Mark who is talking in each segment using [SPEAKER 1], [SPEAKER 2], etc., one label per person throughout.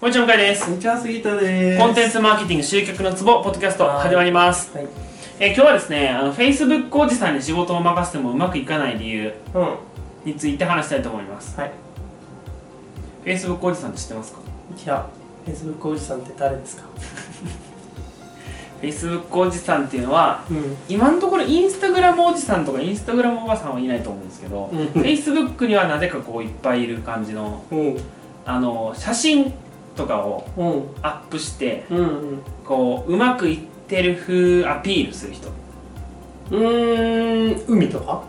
[SPEAKER 1] こんにちは、向井です。
[SPEAKER 2] こんにちは、杉田です。
[SPEAKER 1] コンテン
[SPEAKER 2] ツ。
[SPEAKER 1] ツマーケティング集客のツボ、ポッドキャスト
[SPEAKER 2] はい
[SPEAKER 1] 始まります。
[SPEAKER 2] はい。
[SPEAKER 1] えー今日はですね、あの Facebook おじさんに仕事を任せてもうまくいかない理由
[SPEAKER 2] うん。
[SPEAKER 1] について話したいと思います。
[SPEAKER 2] はい。
[SPEAKER 1] Facebook おじさんって知ってますか
[SPEAKER 2] じゃあ、Facebook おじさんって誰ですか
[SPEAKER 1] ?Facebook おじさんっていうのは、
[SPEAKER 2] うん。
[SPEAKER 1] 今のところインスタグラムおじさんとかインスタグラムおばさんはいないと思うんですけど、
[SPEAKER 2] うん
[SPEAKER 1] Facebook にはなぜかこういっぱいいる感じの、
[SPEAKER 2] うん。
[SPEAKER 1] あの、写真とかを
[SPEAKER 2] うん。
[SPEAKER 1] アップして、
[SPEAKER 2] うん。
[SPEAKER 1] こう、うまくいってる風アピールする人。
[SPEAKER 2] うん。ん、海と か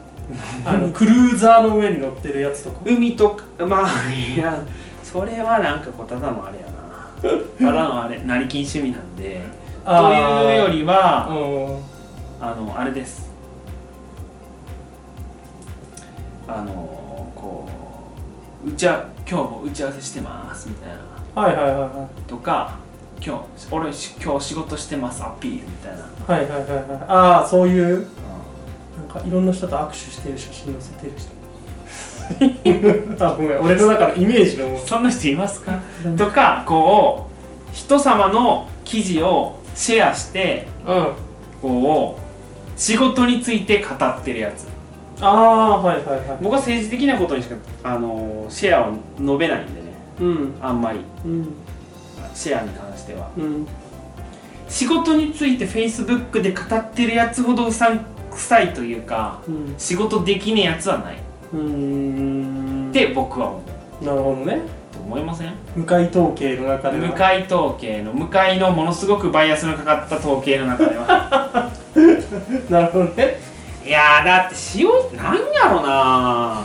[SPEAKER 2] あの、クルーザーの上に乗ってるやつとか。
[SPEAKER 1] 海とかまあいやそれはなんかこうただのあれやな ただのあれ成金趣味なんでというよりは
[SPEAKER 2] うん。
[SPEAKER 1] あのあれですあのこう打ち合今日も打ち合わせしてますみたいな
[SPEAKER 2] はいはいはいは
[SPEAKER 1] とか今日俺し今日仕事してますアピールみたいな、うん
[SPEAKER 2] い。はいはいはいはい。ああ、そういう、なんかいろんな人と握手してる写真載せてる 人。あ、ごめん。俺の中のイメージの。
[SPEAKER 1] そんな人いますかとかこう人様の記事をシェアして
[SPEAKER 2] うん。
[SPEAKER 1] こう仕事について語ってるやつ
[SPEAKER 2] ああ、はいはいはい。
[SPEAKER 1] 僕は政治的なことにしかあのシェアを述べないんでね
[SPEAKER 2] うん。
[SPEAKER 1] あんまり
[SPEAKER 2] うん。
[SPEAKER 1] シェアに関しては
[SPEAKER 2] うん。
[SPEAKER 1] 仕事について Facebook で語ってるやつほどうさんくさいというか
[SPEAKER 2] うん。
[SPEAKER 1] 仕事できねえやつはないっ
[SPEAKER 2] うん。
[SPEAKER 1] て僕は思う
[SPEAKER 2] なるほどね
[SPEAKER 1] と思いません
[SPEAKER 2] 向かい統計の中で
[SPEAKER 1] 向
[SPEAKER 2] は
[SPEAKER 1] かい統計の向かいのものすごくバイアスのかかった統計の中では
[SPEAKER 2] なるほどね
[SPEAKER 1] いやーだって仕事なんやろな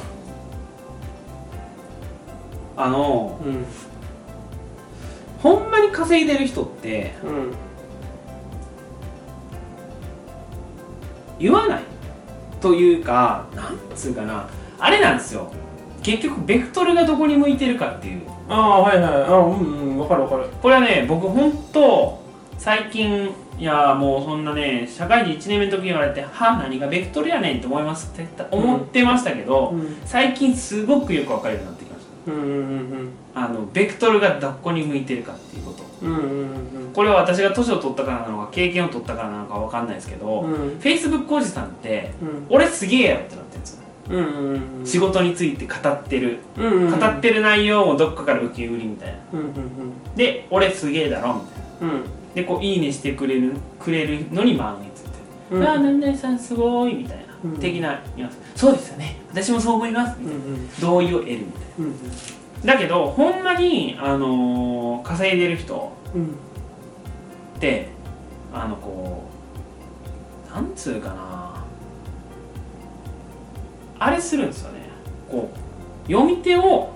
[SPEAKER 1] あの
[SPEAKER 2] うん
[SPEAKER 1] ほんまに稼いでる人って
[SPEAKER 2] うん
[SPEAKER 1] 言わないというかなんつうかなあれなんですよ結局ベクトルがどこに向いてるかっていう
[SPEAKER 2] ああはいはいあうんうんわかるわかる
[SPEAKER 1] これはね僕ほんと最近いやもうそんなね社会人1年目の時に言われて「は何がベクトルやねん」って思いますって思ってましたけど、
[SPEAKER 2] うん
[SPEAKER 1] 最近すごくよく分かるようになってきまし
[SPEAKER 2] うんうん
[SPEAKER 1] たあのベクトルがどこに向いてるかっていうこと
[SPEAKER 2] うんうんうん
[SPEAKER 1] これは私が年を取ったからなのか経験を取ったからなのか分かんないですけど、
[SPEAKER 2] うんうん
[SPEAKER 1] Facebook おじさんって
[SPEAKER 2] うん
[SPEAKER 1] 俺すげえやろってなってるんですよ
[SPEAKER 2] うんうんうん
[SPEAKER 1] 仕事について語ってる
[SPEAKER 2] うんうん
[SPEAKER 1] 語ってる内容をどっかから受け売りみたいな
[SPEAKER 2] うんうん
[SPEAKER 1] で俺すげえだろみたいな
[SPEAKER 2] うんうん
[SPEAKER 1] でこういいねしてくれるくれるのに満月って
[SPEAKER 2] うん
[SPEAKER 1] ああ何々さんすごいみたいな、
[SPEAKER 2] うん
[SPEAKER 1] 的なニュアンスそうですよね私もそう思います
[SPEAKER 2] うんうん
[SPEAKER 1] 同意を得るみたい
[SPEAKER 2] うん
[SPEAKER 1] なだけどほんまにあのー稼いでる人
[SPEAKER 2] うん
[SPEAKER 1] ってあのこうなんつうかなあれするんですよねこう読み手を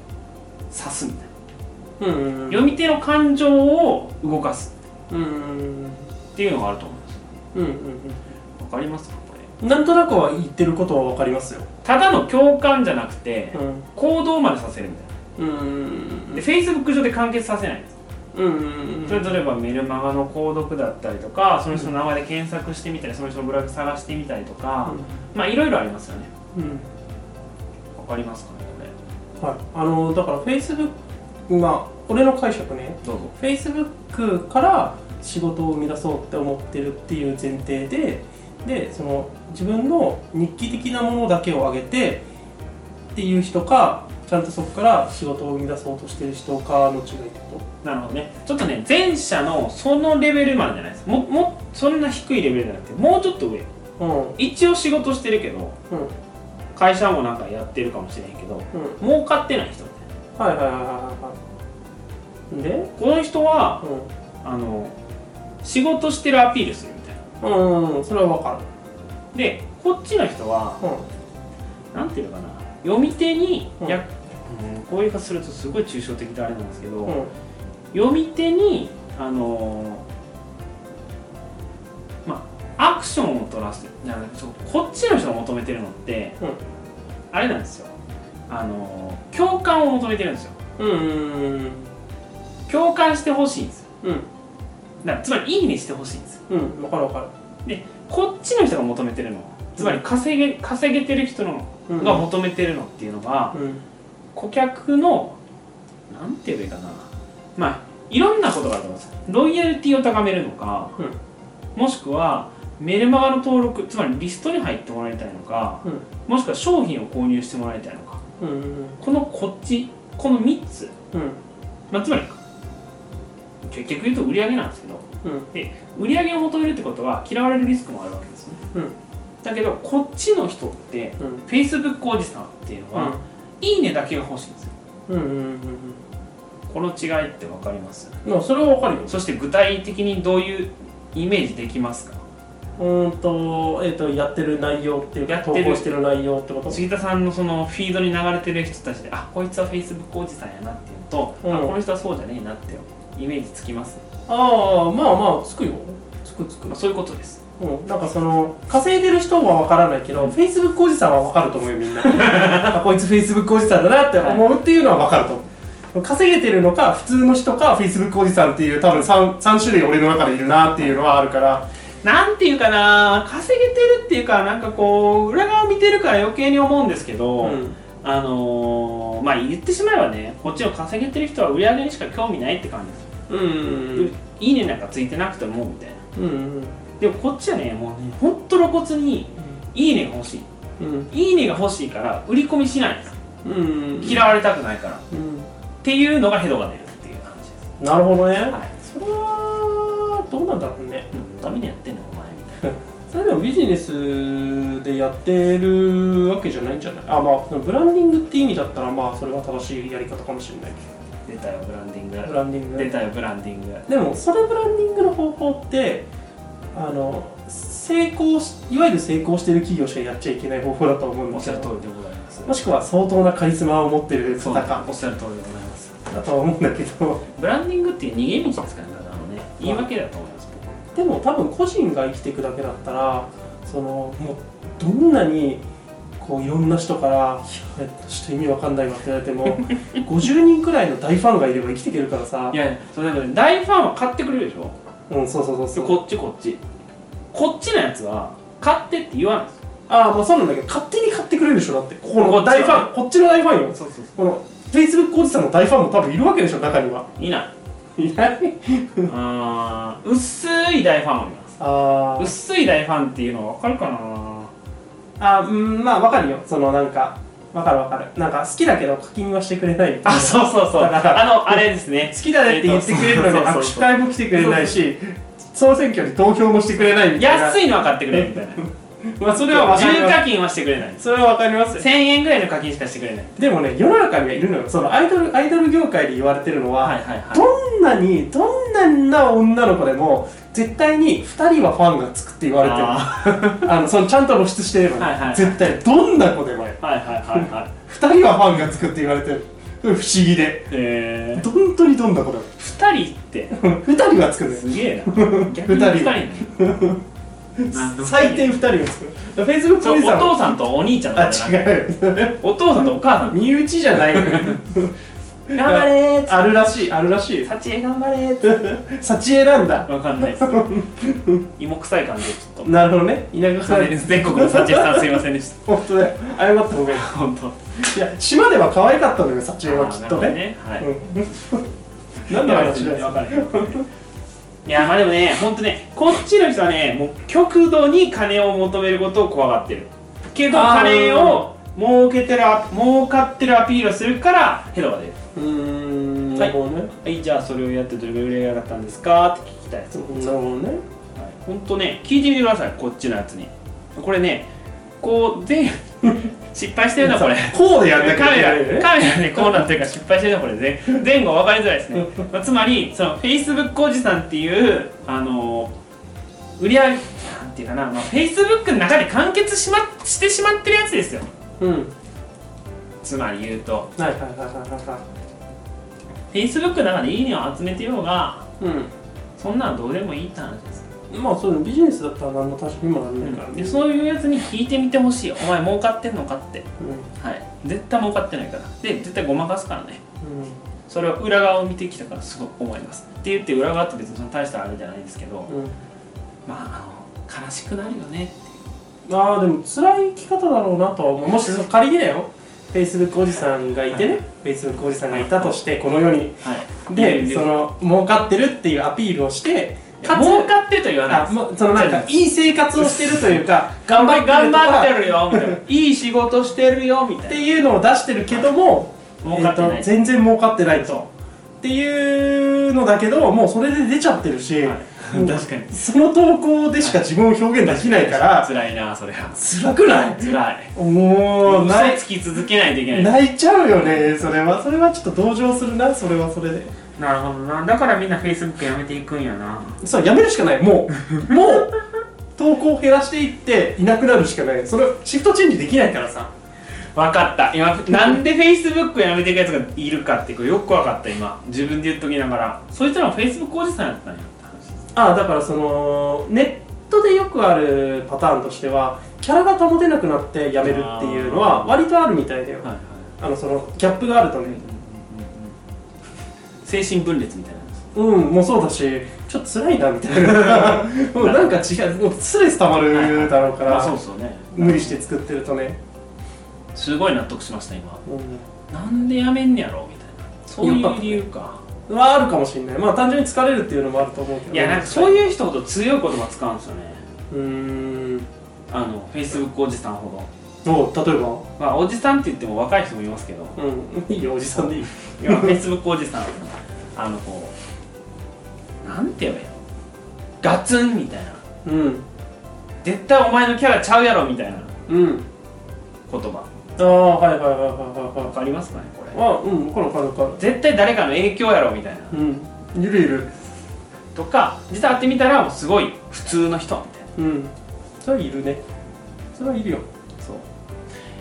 [SPEAKER 1] 指すみたいな
[SPEAKER 2] うんうん
[SPEAKER 1] 読み手の感情を動かす
[SPEAKER 2] うんうん
[SPEAKER 1] っていうのがあると思うんです
[SPEAKER 2] うんうん
[SPEAKER 1] わかりますかこれ
[SPEAKER 2] うんなんとなくは言ってることはわかりますよ
[SPEAKER 1] ただの共感じゃなくて
[SPEAKER 2] うん
[SPEAKER 1] 行動までさせるみたい
[SPEAKER 2] うん
[SPEAKER 1] なで Facebook 上で完結させないんです
[SPEAKER 2] うんうん
[SPEAKER 1] それ例えばメルマガの購読だったりとかその人の名前で検索してみたりその人のブログ探してみたりとかまあいろいろありますよね
[SPEAKER 2] うん
[SPEAKER 1] わかりますかねこれ
[SPEAKER 2] はい、あのだから Facebook が俺の解釈ね
[SPEAKER 1] どうぞ
[SPEAKER 2] Facebook から仕事を生み出そうって思ってるっていう前提ででその自分の日記的なものだけを上げてっていう人かちゃんとそこから仕事を生み出そうとしてる人かの違いってこ
[SPEAKER 1] なるほどねちょっとね前者のそのレベルまでじゃないですももそんな低いレベルじゃなくてもうちょっと上
[SPEAKER 2] とうん
[SPEAKER 1] 一応仕事してるけど
[SPEAKER 2] うん
[SPEAKER 1] 会社もなんかやってるかもしれへんけど
[SPEAKER 2] うん
[SPEAKER 1] 儲かってない人みたいな
[SPEAKER 2] はいはいはいはいはいで
[SPEAKER 1] この人はあの仕事してるアピールするみたいな
[SPEAKER 2] うん、うん、それはわか
[SPEAKER 1] でこっちの人は
[SPEAKER 2] るうん
[SPEAKER 1] なんていうのかな読み手にや、うんこういうかするとすごい抽象的であれなんですけど、
[SPEAKER 2] うん
[SPEAKER 1] 読み手にあのーまあアクションを取らせじゃなくてそうこっちの人が求めてるのって、
[SPEAKER 2] うん
[SPEAKER 1] あれなんですよあのー共感を求めてるんですよ
[SPEAKER 2] うんうん
[SPEAKER 1] 共感してほしいんですよ
[SPEAKER 2] うん
[SPEAKER 1] だからつまりいいねしてほしいんですよ
[SPEAKER 2] うんわかるわか
[SPEAKER 1] こっちの人が求めてるのつまり稼げ稼げてる人の
[SPEAKER 2] るうん
[SPEAKER 1] が求めてるのっていうのは
[SPEAKER 2] うん
[SPEAKER 1] 顧客のなんて言えばいいかなまあいろんなことがあると思うんですロイヤリティを高めるのか、もしくはメルマガの登録つまりリストに入ってもらいたいのか、
[SPEAKER 2] うん
[SPEAKER 1] もしくは商品を購入してもらいたいのか
[SPEAKER 2] うんうん
[SPEAKER 1] このこっちこの3つ、
[SPEAKER 2] うん
[SPEAKER 1] まあ、つまり結局言うと売り上げなんですけど
[SPEAKER 2] うん
[SPEAKER 1] 売り上げを求めるってことは嫌われるリスクもあるわけですね、
[SPEAKER 2] うん
[SPEAKER 1] だけどこっちの人って
[SPEAKER 2] うん
[SPEAKER 1] Facebook おじさんっていうのは、いいねだけが欲しいんですよ
[SPEAKER 2] うんうんうんうん
[SPEAKER 1] この違いって分かります
[SPEAKER 2] うんまあそれはわかるよ
[SPEAKER 1] そして具体的にどういうイメージできますか
[SPEAKER 2] うーんと,、えー、とやってる内容っていうか
[SPEAKER 1] やって
[SPEAKER 2] 投
[SPEAKER 1] る
[SPEAKER 2] 稿してる内容ってこと
[SPEAKER 1] 杉田さんのそのフィードに流れてる人たちであこいつは Facebook おじさんやなっていうのと、
[SPEAKER 2] うん
[SPEAKER 1] あこの人はそうじゃねえなってイメージつきます、
[SPEAKER 2] ああまあまあつくよつくつく
[SPEAKER 1] まあ、そういうことです
[SPEAKER 2] うん、なんかその稼いでる人は分からないけど、フェイスブックおじさんは分かると思うよみんなあこいつフェイスブックおじさんだなって思うっていうのは分かると思う稼げてるのか普通の人かフェイスブックおじさんっていう多分 3, 3種類俺の中でいるなっていうのはあるから
[SPEAKER 1] なんていうかな稼げてるっていうかなんかこう裏側見てるから余計に思うんですけど、
[SPEAKER 2] うん
[SPEAKER 1] あのーまあ言ってしまえばねこっちを稼げてる人は売り上げにしか興味ないって感じです、
[SPEAKER 2] うんうん
[SPEAKER 1] いいねなんかついてなくてもみたいな
[SPEAKER 2] うん
[SPEAKER 1] でもこっちはねもうねほんと露骨にいいねが欲しい
[SPEAKER 2] うん
[SPEAKER 1] いいねが欲しいから売り込みしないんです
[SPEAKER 2] うん
[SPEAKER 1] 嫌われたくないから、
[SPEAKER 2] うん
[SPEAKER 1] っていうのがヘドが出るっていう話です
[SPEAKER 2] なるほどね、
[SPEAKER 1] はい
[SPEAKER 2] それはどうなんだろうね
[SPEAKER 1] うんダメにやってんのお前みたいな
[SPEAKER 2] それでもビジネスでやってるわけじゃないんじゃないあまあブランディングって意味だったらまあそれは正しいやり方かもしれないけ
[SPEAKER 1] 出たよブランディング
[SPEAKER 2] どブランディング
[SPEAKER 1] 出たよブランディング
[SPEAKER 2] でもそれブランディングの方法ってあの成功しいわゆる成功してる企業しかやっちゃいけない方法だと思うん
[SPEAKER 1] お
[SPEAKER 2] で
[SPEAKER 1] っ
[SPEAKER 2] す
[SPEAKER 1] しゃ
[SPEAKER 2] よ
[SPEAKER 1] る通りでございます
[SPEAKER 2] もしくは相当なカリスマを持ってる
[SPEAKER 1] そ
[SPEAKER 2] 方
[SPEAKER 1] う
[SPEAKER 2] か
[SPEAKER 1] おっしゃる通りでございます
[SPEAKER 2] だとは思うんだけど
[SPEAKER 1] ブランディングっていう逃げ道ですからねただのね言い訳だと思います僕
[SPEAKER 2] でも多分個人が生きていくだけだったらそのもうどんなにこういろんな人から「いやちょっと意味わかんないわ」って言われて も50人くらいの大ファンがいれば生きていけるからさ
[SPEAKER 1] いやいやそれでもね大ファンは買ってくれるでしょ
[SPEAKER 2] うんそうそうそう
[SPEAKER 1] で
[SPEAKER 2] そう
[SPEAKER 1] こっちこっちこっちのやつは買ってって言わないんですよ
[SPEAKER 2] ああまあそうなんだけど勝手に買ってくれるでしょだってこ
[SPEAKER 1] こっ
[SPEAKER 2] の
[SPEAKER 1] ち
[SPEAKER 2] 大ファンこっちの大ファンよ
[SPEAKER 1] そうそうそ
[SPEAKER 2] このフェイスブックおじさんの大ファンも多分いるわけでしょ中には
[SPEAKER 1] ういない
[SPEAKER 2] いない
[SPEAKER 1] あー薄い大ファンもいます
[SPEAKER 2] あー
[SPEAKER 1] 薄い大ファンっていうのは分かるかな
[SPEAKER 2] あーうんまあわかるよそのなんかわかるわかるなんか好きだけど課金はしてくれないみたいな
[SPEAKER 1] あそうそうそう
[SPEAKER 2] だから
[SPEAKER 1] あのあれですね
[SPEAKER 2] 好きだねって言ってくれるのに
[SPEAKER 1] えっとそうそうそう
[SPEAKER 2] 握手会も来てくれないし総選挙に投票もしてくれないみたいな
[SPEAKER 1] 安いのは買ってくれるみ たいな
[SPEAKER 2] まあそ
[SPEAKER 1] そ
[SPEAKER 2] れ
[SPEAKER 1] れ
[SPEAKER 2] は
[SPEAKER 1] は
[SPEAKER 2] わかり
[SPEAKER 1] 重
[SPEAKER 2] ま
[SPEAKER 1] 課金はしてくれない
[SPEAKER 2] すそれはわかりますよ
[SPEAKER 1] 1000円ぐらいの課金しかしてくれない
[SPEAKER 2] でもね世の中にはいるのよそのアイドルアイドル業界で言われてるのは、
[SPEAKER 1] いはいは
[SPEAKER 2] どんなにどんな女の子でも絶対に2人はファンがつくって言われてる
[SPEAKER 1] あ
[SPEAKER 2] あのそのちゃんと露出してればね、
[SPEAKER 1] はいはい
[SPEAKER 2] 絶対どんな子でもよ
[SPEAKER 1] ーはいはいはいはい
[SPEAKER 2] 2人はファンがつくって言われてる不思議で
[SPEAKER 1] え
[SPEAKER 2] 本当にどんな子でも
[SPEAKER 1] ー、2人って
[SPEAKER 2] 2人はつくんです
[SPEAKER 1] すげえな逆に
[SPEAKER 2] 二
[SPEAKER 1] 2
[SPEAKER 2] 人
[SPEAKER 1] 人
[SPEAKER 2] は
[SPEAKER 1] ねなんでもいいね
[SPEAKER 2] 最低2人はつくフェイスブック
[SPEAKER 1] そ
[SPEAKER 2] お
[SPEAKER 1] うお
[SPEAKER 2] じさんは
[SPEAKER 1] 父さんとお兄ちゃんと
[SPEAKER 2] あ
[SPEAKER 1] かじゃない
[SPEAKER 2] 違う
[SPEAKER 1] お父さんとお母さん
[SPEAKER 2] 身内じゃない
[SPEAKER 1] 頑張れーっつっ
[SPEAKER 2] あるらしいある らしてい
[SPEAKER 1] 幸恵頑張れーっつっ
[SPEAKER 2] 幸恵なんだ
[SPEAKER 1] てわかんないです芋臭い感じでちょっと
[SPEAKER 2] なるほどね田舎からです
[SPEAKER 1] 全国の幸恵さんすいませんでし
[SPEAKER 2] 本当だよ謝った方がいい
[SPEAKER 1] た本当。
[SPEAKER 2] いや島では可愛かったのよ幸恵はきっとね
[SPEAKER 1] はい
[SPEAKER 2] うん 何の話だよ
[SPEAKER 1] わかんないいやまあでもね本当ねこっちの人はねもう極度に金を求めることを怖がってるけど
[SPEAKER 2] あー
[SPEAKER 1] 金を儲けてるア儲かってるアピールをするからヘドが出る
[SPEAKER 2] うー
[SPEAKER 1] は
[SPEAKER 2] ん
[SPEAKER 1] い
[SPEAKER 2] なるほどね
[SPEAKER 1] はいじゃあそれをやってどれぐらい売り上げ上がったんですかって聞きたいです、
[SPEAKER 2] な
[SPEAKER 1] はい、
[SPEAKER 2] るほどね
[SPEAKER 1] 本当ね聞いてみてくださいこっちのやつにこれねこう全 失敗してるなこれ
[SPEAKER 2] こうでやんなき
[SPEAKER 1] カ
[SPEAKER 2] ゃい
[SPEAKER 1] メ
[SPEAKER 2] けな
[SPEAKER 1] ラ
[SPEAKER 2] いよね
[SPEAKER 1] カメラでこうなってるから失敗してるのこれね前後分かりづらいですね、まあ、つまりそのフェイスブックおじさんっていうあのー売り上げなんていうかな、まあ、フェイスブックの中で完結し,、ま、してしまってるやつですよ
[SPEAKER 2] うん
[SPEAKER 1] つまり言うと
[SPEAKER 2] はいはいはいはいは
[SPEAKER 1] フェイスブックの中でいいねを集めてようが
[SPEAKER 2] いうん
[SPEAKER 1] そんなんどうでもいいって話です、
[SPEAKER 2] まあそういうのビジネスだったら何の足しにもならないからね
[SPEAKER 1] でそういうやつに聞いてみてほしいお前儲かってんのかって
[SPEAKER 2] うん
[SPEAKER 1] はい絶対儲かってないからで絶対ごまかすからね
[SPEAKER 2] うん
[SPEAKER 1] それは裏側を見てきたからすごく思いますって言って裏側って別にその大したあれじゃないですけど、
[SPEAKER 2] うん
[SPEAKER 1] まああの悲しくなるよね
[SPEAKER 2] ああでも辛い生き方だろうなとは思うもしそれ仮にだよ Facebook おじさんがいてね、Facebook おじさんがいたとしてこの世に
[SPEAKER 1] はい
[SPEAKER 2] で
[SPEAKER 1] いい
[SPEAKER 2] その儲かってるっていうアピールをして
[SPEAKER 1] いや
[SPEAKER 2] かつ
[SPEAKER 1] 儲かってと言わない
[SPEAKER 2] あ
[SPEAKER 1] です
[SPEAKER 2] もうそのなんかいい生活をしてるというか
[SPEAKER 1] 頑張頑張って
[SPEAKER 2] る
[SPEAKER 1] るよみたいないい仕事してるよみた
[SPEAKER 2] っ
[SPEAKER 1] い
[SPEAKER 2] て
[SPEAKER 1] な
[SPEAKER 2] いうのを出してるけども
[SPEAKER 1] 儲かってない
[SPEAKER 2] えーと全然儲かってないとっていうのだけどもうそれで出ちゃってるし、
[SPEAKER 1] はい確かに
[SPEAKER 2] その投稿でしか自分を表現できないから
[SPEAKER 1] 辛いなそれは
[SPEAKER 2] 辛くない
[SPEAKER 1] 辛い
[SPEAKER 2] もうない
[SPEAKER 1] 嘘つき続けないといけない
[SPEAKER 2] 泣いちゃうよねそれはそれはちょっと同情するなそれはそれで
[SPEAKER 1] なるほどなだからみんなフェイスブックやめていくんやな
[SPEAKER 2] そうやめるしかないもうもう投稿を減らしていっていなくなるしかないそれシフトチェンジできないからさ
[SPEAKER 1] 分かった今なんでフェイスブックやめていくやつがいるかってこれよく分かった今自分で言っときながらそいつらもフェイスブックおじさんやったんやって話
[SPEAKER 2] ああだからそのネットでよくあるパターンとしてはキャラが保てなくなってやめるっていうのは割とあるみたいだよ
[SPEAKER 1] はいはい
[SPEAKER 2] あのそのギャップがあるとね
[SPEAKER 1] 精神分裂みたいな
[SPEAKER 2] うんもうそうだしちょっと辛いなみたいなうんなんか違うもうストレス溜まるだろうから、
[SPEAKER 1] まあそうっすよね
[SPEAKER 2] 無理して作ってるとね、
[SPEAKER 1] すごい納得しました今
[SPEAKER 2] うん
[SPEAKER 1] なんでやめんねやろみたいなそういう理由か
[SPEAKER 2] はあるかもしれないまあ単純に疲れるっていうのもあると思うけど
[SPEAKER 1] いやなんかそう
[SPEAKER 2] う
[SPEAKER 1] いう人ほど強い言葉使うんですよね
[SPEAKER 2] うーん
[SPEAKER 1] あのフェイスブックおじさんほど
[SPEAKER 2] お例えば
[SPEAKER 1] まあおじさんって言っても若い人もいますけど
[SPEAKER 2] うんいいよおじさんでいい
[SPEAKER 1] いやフェイスブックおじさんあのこうなんて言えばいいのガツンみたいな
[SPEAKER 2] うん
[SPEAKER 1] 絶対お前のキャラちゃうやろみたいな
[SPEAKER 2] うん
[SPEAKER 1] 言葉
[SPEAKER 2] ああはいはいはいはい
[SPEAKER 1] わ
[SPEAKER 2] は
[SPEAKER 1] かりますかねこれ
[SPEAKER 2] いはいあうん分かる分かる分かる
[SPEAKER 1] 絶対誰かの影響やろみたいな
[SPEAKER 2] うん、いるいる。
[SPEAKER 1] とか実際会ってみたらもうすごい普通の人みたいな
[SPEAKER 2] うん。それはいるね。それはいるよ。
[SPEAKER 1] そう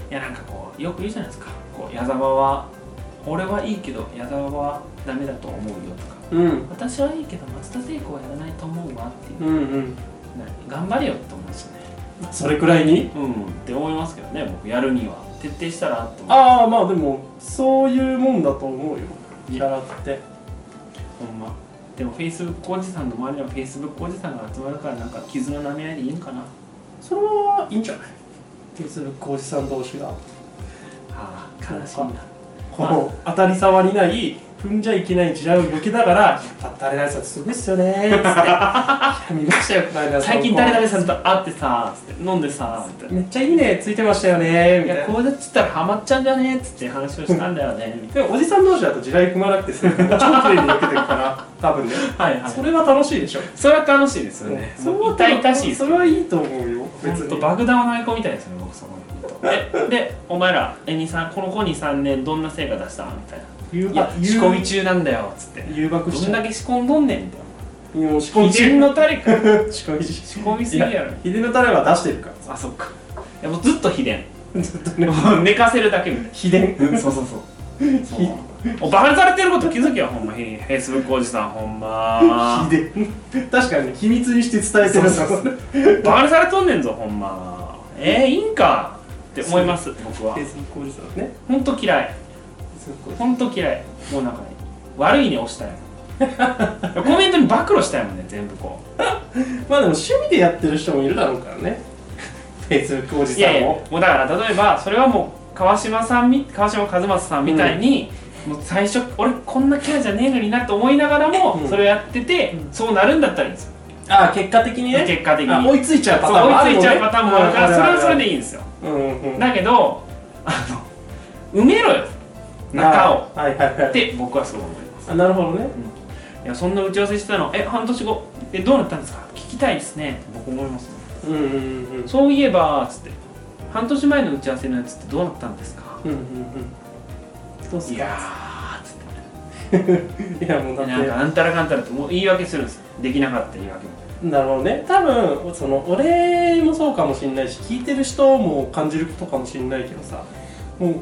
[SPEAKER 1] いやなんかこうよく言うじゃないですかこう矢沢は俺はいいけど矢沢はダメだと思うよとか
[SPEAKER 2] うん。
[SPEAKER 1] 私はいいけど松田聖子はやらないと思うわっていう
[SPEAKER 2] うんうん。
[SPEAKER 1] な頑張れよって思うんですよね
[SPEAKER 2] それくらいに
[SPEAKER 1] うんうんって思いますけどね僕やるには徹底したらって思う
[SPEAKER 2] ああ、まあでも、そういうもんだと思うよ。キャラって。
[SPEAKER 1] ほんまでもフェイスブックおじさんの周りにはフェイスブックおじさんが集まるからなんか傷の舐め合いでいいのかな
[SPEAKER 2] それはいいんじゃないフェイスブックおじさん同士が。
[SPEAKER 1] ああ
[SPEAKER 2] ー
[SPEAKER 1] 悲しいな
[SPEAKER 2] この当たり障りない、踏んじゃいけない地雷を避けながら、やっぱ誰々さんすごいっすよねーっつって。いや見ましたよ、この間
[SPEAKER 1] 最近誰々さんと会ってさつって飲んでさみたいな
[SPEAKER 2] めっちゃいいね、ついてましたよねー
[SPEAKER 1] い
[SPEAKER 2] みたい
[SPEAKER 1] や
[SPEAKER 2] な。
[SPEAKER 1] こうやってたらハマっちゃうんじゃねっつって話をしたんだよねみたい
[SPEAKER 2] でもおじさん同士だと地雷踏まなくて済むから超綺麗に受けてるから多分ね
[SPEAKER 1] な はい
[SPEAKER 2] それは楽しいでしょ
[SPEAKER 1] それは楽しいですよね
[SPEAKER 2] それは
[SPEAKER 1] 痛々しいです
[SPEAKER 2] それはいいと思うよ別
[SPEAKER 1] ほんと
[SPEAKER 2] に
[SPEAKER 1] 爆弾を投げ込みたいですよね僕そこにえでお前らえにさんこの子に3年どんな成果出したみたい
[SPEAKER 2] 誘
[SPEAKER 1] ないや
[SPEAKER 2] 惑
[SPEAKER 1] 仕込み中なんだよっつって
[SPEAKER 2] 誘惑し
[SPEAKER 1] どん
[SPEAKER 2] ちゃ
[SPEAKER 1] だけ仕込んどんねんみたいな
[SPEAKER 2] うもう仕込
[SPEAKER 1] 鬼
[SPEAKER 2] み中
[SPEAKER 1] 人の誰か
[SPEAKER 2] 仕込み中
[SPEAKER 1] 仕込みすぎやろ
[SPEAKER 2] 秘伝のタレは出してるか ら
[SPEAKER 1] あそっかいやもうずっと秘伝
[SPEAKER 2] ずっと ね
[SPEAKER 1] もう寝かせるだけみたいな
[SPEAKER 2] 秘伝
[SPEAKER 1] うんそうそう そう。そうおバカにされてること気づきやほんまフェイスブックおじさんほんま
[SPEAKER 2] 秘伝確かにね秘密にして伝えてるんだ
[SPEAKER 1] そう
[SPEAKER 2] も
[SPEAKER 1] そ
[SPEAKER 2] ん
[SPEAKER 1] う
[SPEAKER 2] ね
[SPEAKER 1] バカにされとんねんぞほんまえー、いいんかって思います僕は
[SPEAKER 2] フェイスブックおじさんね
[SPEAKER 1] ほんと嫌い
[SPEAKER 2] フェイスブックおじさ
[SPEAKER 1] ほんと嫌いもうなんかね悪いね押したいもん コメントに暴露したいもんね全部こ
[SPEAKER 2] んまあでも趣味でやってる人もいるだろうからねフェイスブックお
[SPEAKER 1] う
[SPEAKER 2] じ
[SPEAKER 1] い
[SPEAKER 2] さ
[SPEAKER 1] やいや
[SPEAKER 2] んも
[SPEAKER 1] もうだから例えばそれはもう川島さんみ川島和正さんみたいに、もう最初俺こんなキャラじゃねえのになって思いながらも、
[SPEAKER 2] うん
[SPEAKER 1] それをやってて、
[SPEAKER 2] うん
[SPEAKER 1] そうなるんだったらいいんですよ
[SPEAKER 2] ああ結果的にね
[SPEAKER 1] 結果的に
[SPEAKER 2] あ追いついちゃうパ
[SPEAKER 1] そ
[SPEAKER 2] タ
[SPEAKER 1] う
[SPEAKER 2] ーンもあ
[SPEAKER 1] 追
[SPEAKER 2] る
[SPEAKER 1] いつ
[SPEAKER 2] もんね
[SPEAKER 1] いちゃうパターンもあるから
[SPEAKER 2] うん
[SPEAKER 1] それはそれでいいんですよ
[SPEAKER 2] うんうん
[SPEAKER 1] だけどあの埋めろよ中を
[SPEAKER 2] あはいはいはい
[SPEAKER 1] って僕はそう思います
[SPEAKER 2] あなるほどね
[SPEAKER 1] いやそんな打ち合わせしてたのえ半年後えどうなったんですか聞きたいですねって僕思いますね
[SPEAKER 2] うんうんうん
[SPEAKER 1] そういえばつって半年前の打ち合わせのやつってどうなったんですか
[SPEAKER 2] うんうんうんどうす
[SPEAKER 1] い
[SPEAKER 2] か
[SPEAKER 1] やーつって
[SPEAKER 2] いやもうだっ
[SPEAKER 1] で
[SPEAKER 2] て
[SPEAKER 1] なんかあんたらかんたらってもう言い訳するんですよできなかった言い訳も
[SPEAKER 2] なるほどね多分その俺もそうかもしれないし聞いてる人も感じることかもしれないけどさもう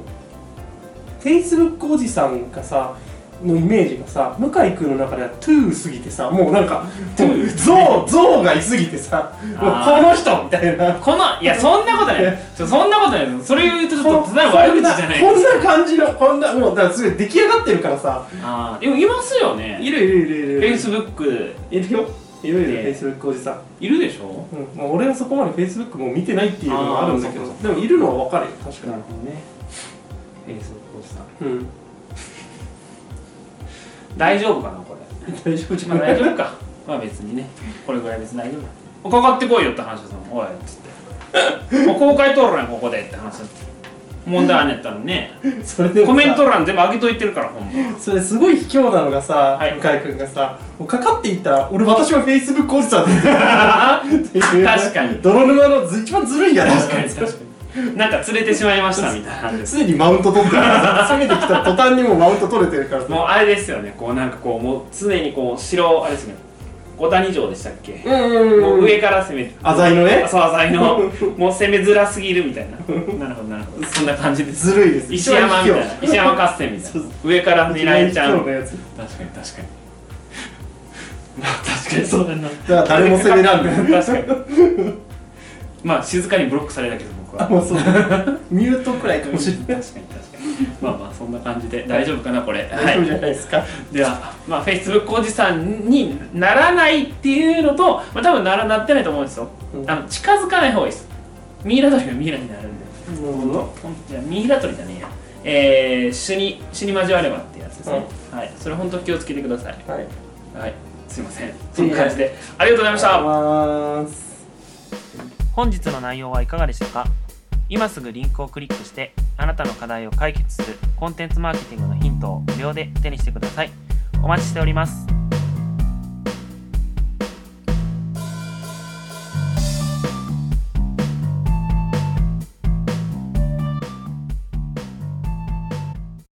[SPEAKER 2] Facebook おじさんがさのイメージがさ向井君の中ではトゥーすぎてさもうなんか
[SPEAKER 1] トゥー
[SPEAKER 2] ゾウゾウがいすぎてさもうこ
[SPEAKER 1] あー
[SPEAKER 2] の人みたいな
[SPEAKER 1] このいやそんなことない
[SPEAKER 2] いや
[SPEAKER 1] ちょそんなことないそれ言うとちょっと
[SPEAKER 2] こ
[SPEAKER 1] た
[SPEAKER 2] ん
[SPEAKER 1] だの悪口じゃない
[SPEAKER 2] こんな感じのこんなもうだからすごい出来上がってるからさ
[SPEAKER 1] あーでもいますよね
[SPEAKER 2] いるいるいるい
[SPEAKER 1] フ
[SPEAKER 2] る
[SPEAKER 1] ェイスブック
[SPEAKER 2] いるよいるいる
[SPEAKER 1] ね
[SPEAKER 2] Facebook おじさん
[SPEAKER 1] いるでしょ
[SPEAKER 2] うんまあ、俺はそこまで Facebook も見てないっていうのもあるんだけ
[SPEAKER 1] あー
[SPEAKER 2] ど
[SPEAKER 1] そうか
[SPEAKER 2] でもいるのは分かるよ確かに、
[SPEAKER 1] ほどねフェイスブックおじさん
[SPEAKER 2] うん
[SPEAKER 1] 大丈夫かなこ
[SPEAKER 2] 大丈夫じ
[SPEAKER 1] れ
[SPEAKER 2] ゃ
[SPEAKER 1] まあ
[SPEAKER 2] ない
[SPEAKER 1] 大丈夫か まあ別にねこれぐらい別に大丈夫かかってこいよって話をさおいっつって もう公開討論やここでって話だって問題あんねやったらね
[SPEAKER 2] そ れでもさ
[SPEAKER 1] コメント欄全部上げといてるからほん ま
[SPEAKER 2] それすごい卑怯なのがさ、
[SPEAKER 1] はい
[SPEAKER 2] 向井君がさもうかかっていったら俺私はフェイスブックおじさんですって いう
[SPEAKER 1] 確かに
[SPEAKER 2] 泥沼のず一番ずるいやつ
[SPEAKER 1] なんか連れてしまいましたみたいな感じです
[SPEAKER 2] 常にマウント取ってる攻めてきた途端にもうマウント取れてるからさ
[SPEAKER 1] もうあれですよねこうなんかこうもう常にこう城あれですね五谷城でしたっけ
[SPEAKER 2] うんうん
[SPEAKER 1] も
[SPEAKER 2] う
[SPEAKER 1] うん上から攻めて
[SPEAKER 2] 浅井のね
[SPEAKER 1] そう浅井のもう攻めづらすぎるみたいななるほどなるほどそんな感じです
[SPEAKER 2] ずるいです
[SPEAKER 1] 石山みたいな石山合戦みたい
[SPEAKER 2] そう
[SPEAKER 1] な上から狙えちゃう
[SPEAKER 2] 一番卑怯なやつ
[SPEAKER 1] 確かに確かに まあ確かにそうだな
[SPEAKER 2] だから誰も攻めらんねん
[SPEAKER 1] 確かにまあ静かにブロックされたけど僕
[SPEAKER 2] あ
[SPEAKER 1] は
[SPEAKER 2] もうそうミュートくらいかもしれ
[SPEAKER 1] 確か
[SPEAKER 2] ない
[SPEAKER 1] に確かにまあまあそんな感じで大丈夫かなこれは
[SPEAKER 2] 大丈夫じゃ
[SPEAKER 1] い
[SPEAKER 2] ないですか、
[SPEAKER 1] ではまあフェイスブックおじさんにならないっていうのと、まあ、多分ならなってないと思うんですよ、
[SPEAKER 2] うん
[SPEAKER 1] あの近づかない方がいいですミイラ取りはミイラになるんで
[SPEAKER 2] うん
[SPEAKER 1] ほんじゃあミイラ取りじゃねえやえー、死に死に交わればってやつですね、はいそれ本当気をつけてください
[SPEAKER 2] はい
[SPEAKER 1] はいすいませんそんな感じでありがとうございました
[SPEAKER 2] ありがとうございます
[SPEAKER 1] 本日の内容はいかがでしたか今すぐリンクをクリックしてあなたの課題を解決するコンテンツマーケティングのヒントを無料で手にしてくださいお待ちしております